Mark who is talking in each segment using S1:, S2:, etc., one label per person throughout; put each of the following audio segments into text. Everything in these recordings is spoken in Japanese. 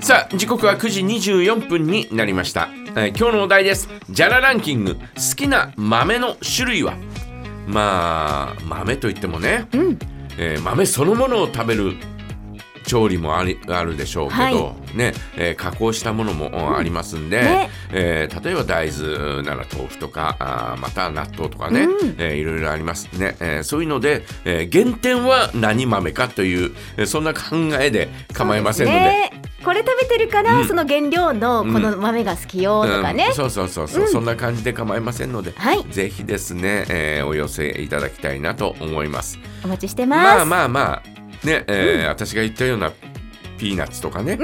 S1: さあ時刻は9時24分になりました、えー今日のお題ですジャラランキング好きな豆の種類はまあ豆といってもね、えー豆そのものを食べる調理もありあるでしょうけど、
S2: は
S1: ねえー加工したものもうんありますんで、
S2: ね
S1: えー例えば大豆なら豆腐とかあーまた納豆とかね、えーいろいろありますね、えーそういうので、えー原点は何豆かという、えーそんな考えで構いませんので。
S2: ねこれ食べてるから、その原料のこの豆が好きよとかね
S1: うん、、そうそうそうそう、そんな感じで構いませんので、
S2: はい
S1: ぜひですね、えーお寄せいただきたいなと思います。
S2: お待ちしてます、
S1: まあまあまあね、えー私が言ったようなピーナッツとかね、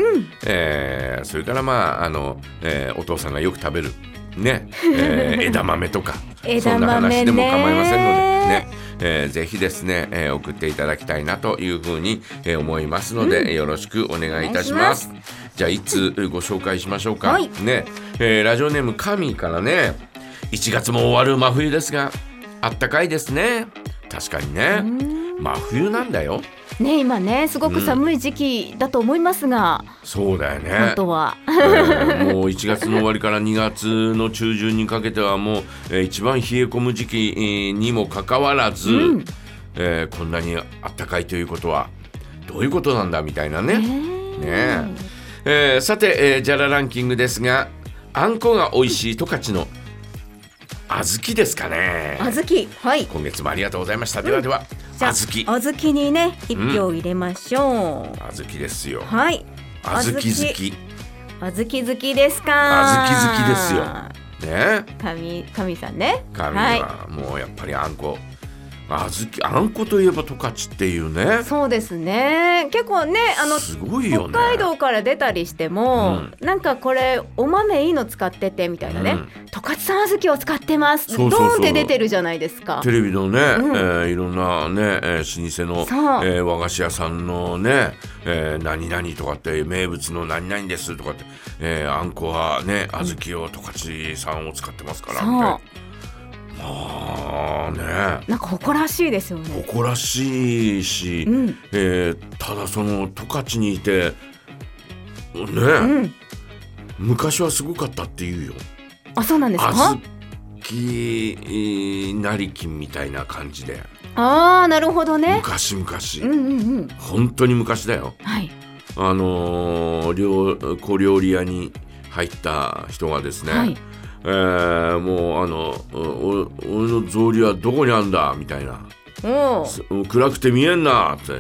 S1: えーそれからまああの、えーお父さんがよく食べるね、えー枝豆とか
S2: 枝豆ね
S1: そんな話でも構いませんのでね、えーぜひですね、えー送っていただきたいなというふうに、えー思いますので、よろしくお願いいたします。じゃあいつご紹介しましょうか、
S2: はい
S1: ね、えーラジオネームカミーからね1月も終わる真冬ですがあったかいですね確かにね真冬なんだよ
S2: ね今ねすごく寒い時期だと思いますが、
S1: そうだよね
S2: 本当は、
S1: えーもう1月の終わりから2月の中旬にかけてはもう、えー一番冷え込む時期えーにもかかわらず、
S2: うん
S1: えーこんなにあったかいということはどういうことなんだみたいなね。ねええーさて、えージャラランキングですがあんこが美味しい十勝の小豆ですかね
S2: あずきはい
S1: 今月もありがとうございましたではでは、
S2: じゃあ
S1: 小豆
S2: 小豆にね一票入れましょう、
S1: 小豆ですよ
S2: はい
S1: 小豆好きね
S2: 小豆好きですか
S1: 小豆好きですよえ
S2: 神神さんね
S1: 神
S2: は
S1: はもうやっぱりあんこ小豆あんこといえば十勝っていうね
S2: い、そうですね結構ねあの
S1: すごいよね
S2: 北海道から出たりしても、なんかこれお豆いいの使っててみたいなね
S1: うん
S2: 十勝、産小豆を使ってます
S1: そうそうそう
S2: ドーンって出てるじゃないですか
S1: テレビのね、
S2: ん
S1: えーいろんなね、えー老舗
S2: そ
S1: の
S2: う、
S1: えー和菓子屋さんのね、えー何々とかって名物の何々ですとかって、えーあんこはね小豆を十勝産を使ってますから
S2: そう
S1: みたいなまあね
S2: なんか誇らしいですよね
S1: 誇らしいし、
S2: うん
S1: えーただその十勝にいてね、
S2: うん
S1: 昔はすごかったって言うよ
S2: あそうなんですか
S1: 小豆成金みたいな感じで
S2: ああなるほどね
S1: 昔々、
S2: うんうんうん
S1: 本当に昔だよ
S2: はい
S1: あのー料小料理屋に入った人がですね、
S2: はい
S1: えーもうあのお「お俺の草履はどこにあんだ?」みたいな
S2: おお
S1: 「暗くて見えんな」って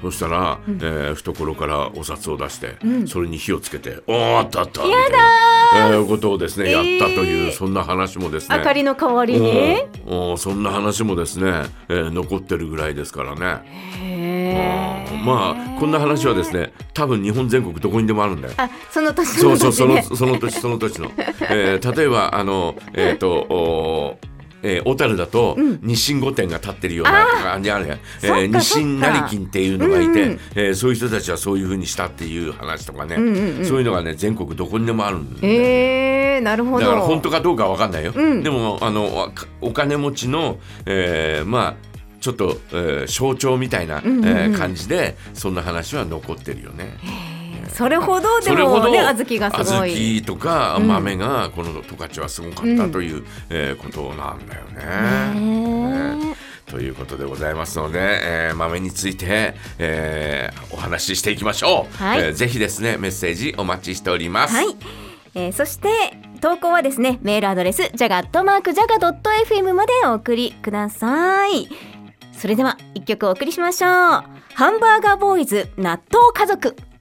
S1: そしたら、えー懐からお札を出して、それに火をつけて「おーあったあった」みたいな、えーことをですね、やったという
S2: えー
S1: そんな話もですね
S2: 明かりの代わりにへ
S1: おおそんな話もですね、えー残ってるぐらいですからね。
S2: え
S1: まあこんな話はですね多分日本全国どこにでもあるんだよ。
S2: あその年
S1: そ
S2: の
S1: うそう
S2: 年
S1: その
S2: ね
S1: その年その年の、えー例えばあのえっ、とおーえー小樽だと日清御殿が立ってるような感じあるやん、え
S2: そっ
S1: ー、
S2: か
S1: 日清
S2: そっか
S1: 成金っていうのがいて、
S2: うんうん
S1: えーそういう人たちはそういうふうにしたっていう話とかね、
S2: んうんうん
S1: そういうのがね全国どこにでもあるんだよ
S2: ええなるほ
S1: だ
S2: ど
S1: から本当かどうかわかんないよ、
S2: うん
S1: でもあのわかお金持ちの、えーまあちょっと、えー象徴みたいな、
S2: んうんうん
S1: えー感じでそんな話は残ってるよね。
S2: それほどで
S1: それほ
S2: も
S1: ど
S2: ね小豆がすごい
S1: 小豆とか豆がこの十勝はすごかったという、えーことなんだよね。
S2: ねえ
S1: ということでございますので、えー豆について、えーお話ししていきましょう、
S2: はい
S1: えーぜひですねメッセージお待ちしております。
S2: はい、えーそして投稿はですねメールアドレスジャガットマークジャガドット FM までお送りくださいそれでは一曲お送りしましょうハンバーガーボーイズ納豆家族